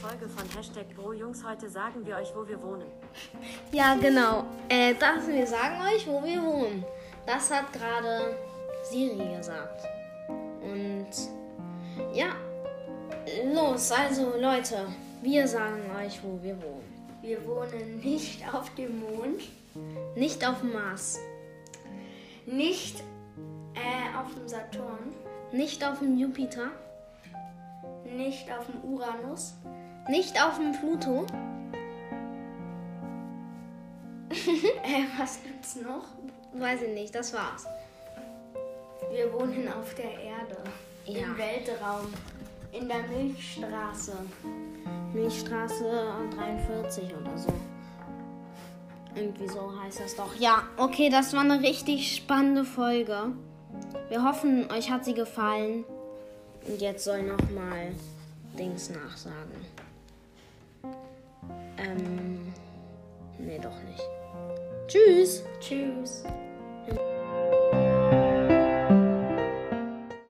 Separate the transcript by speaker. Speaker 1: Folge von Hashtag GroJungs. Heute sagen wir euch, wo wir wohnen.
Speaker 2: Ja, genau. Äh, das, wir sagen euch, wo wir wohnen. Das hat gerade Siri gesagt. Und ja, los, also Leute, wir sagen euch, wo wir wohnen.
Speaker 3: Wir wohnen nicht auf dem Mond,
Speaker 2: Nicht auf dem Mars,
Speaker 3: nicht äh, auf dem Saturn,
Speaker 2: nicht auf dem Jupiter,
Speaker 3: nicht auf dem Uranus,
Speaker 2: nicht auf dem Pluto,
Speaker 3: Äh, was gibt's noch?
Speaker 2: weiß ich nicht, das war's.
Speaker 3: Wir wohnen auf der Erde.
Speaker 2: Ja.
Speaker 3: Im Weltraum. In der Milchstraße.
Speaker 2: Milchstraße 43 oder so. Irgendwie so heißt das doch. Ja, okay, das war eine richtig spannende Folge. Wir hoffen, euch hat sie gefallen. Und jetzt soll nochmal Dings nachsagen. Ähm, nee, doch nicht. Tschüss.
Speaker 3: Tschüss.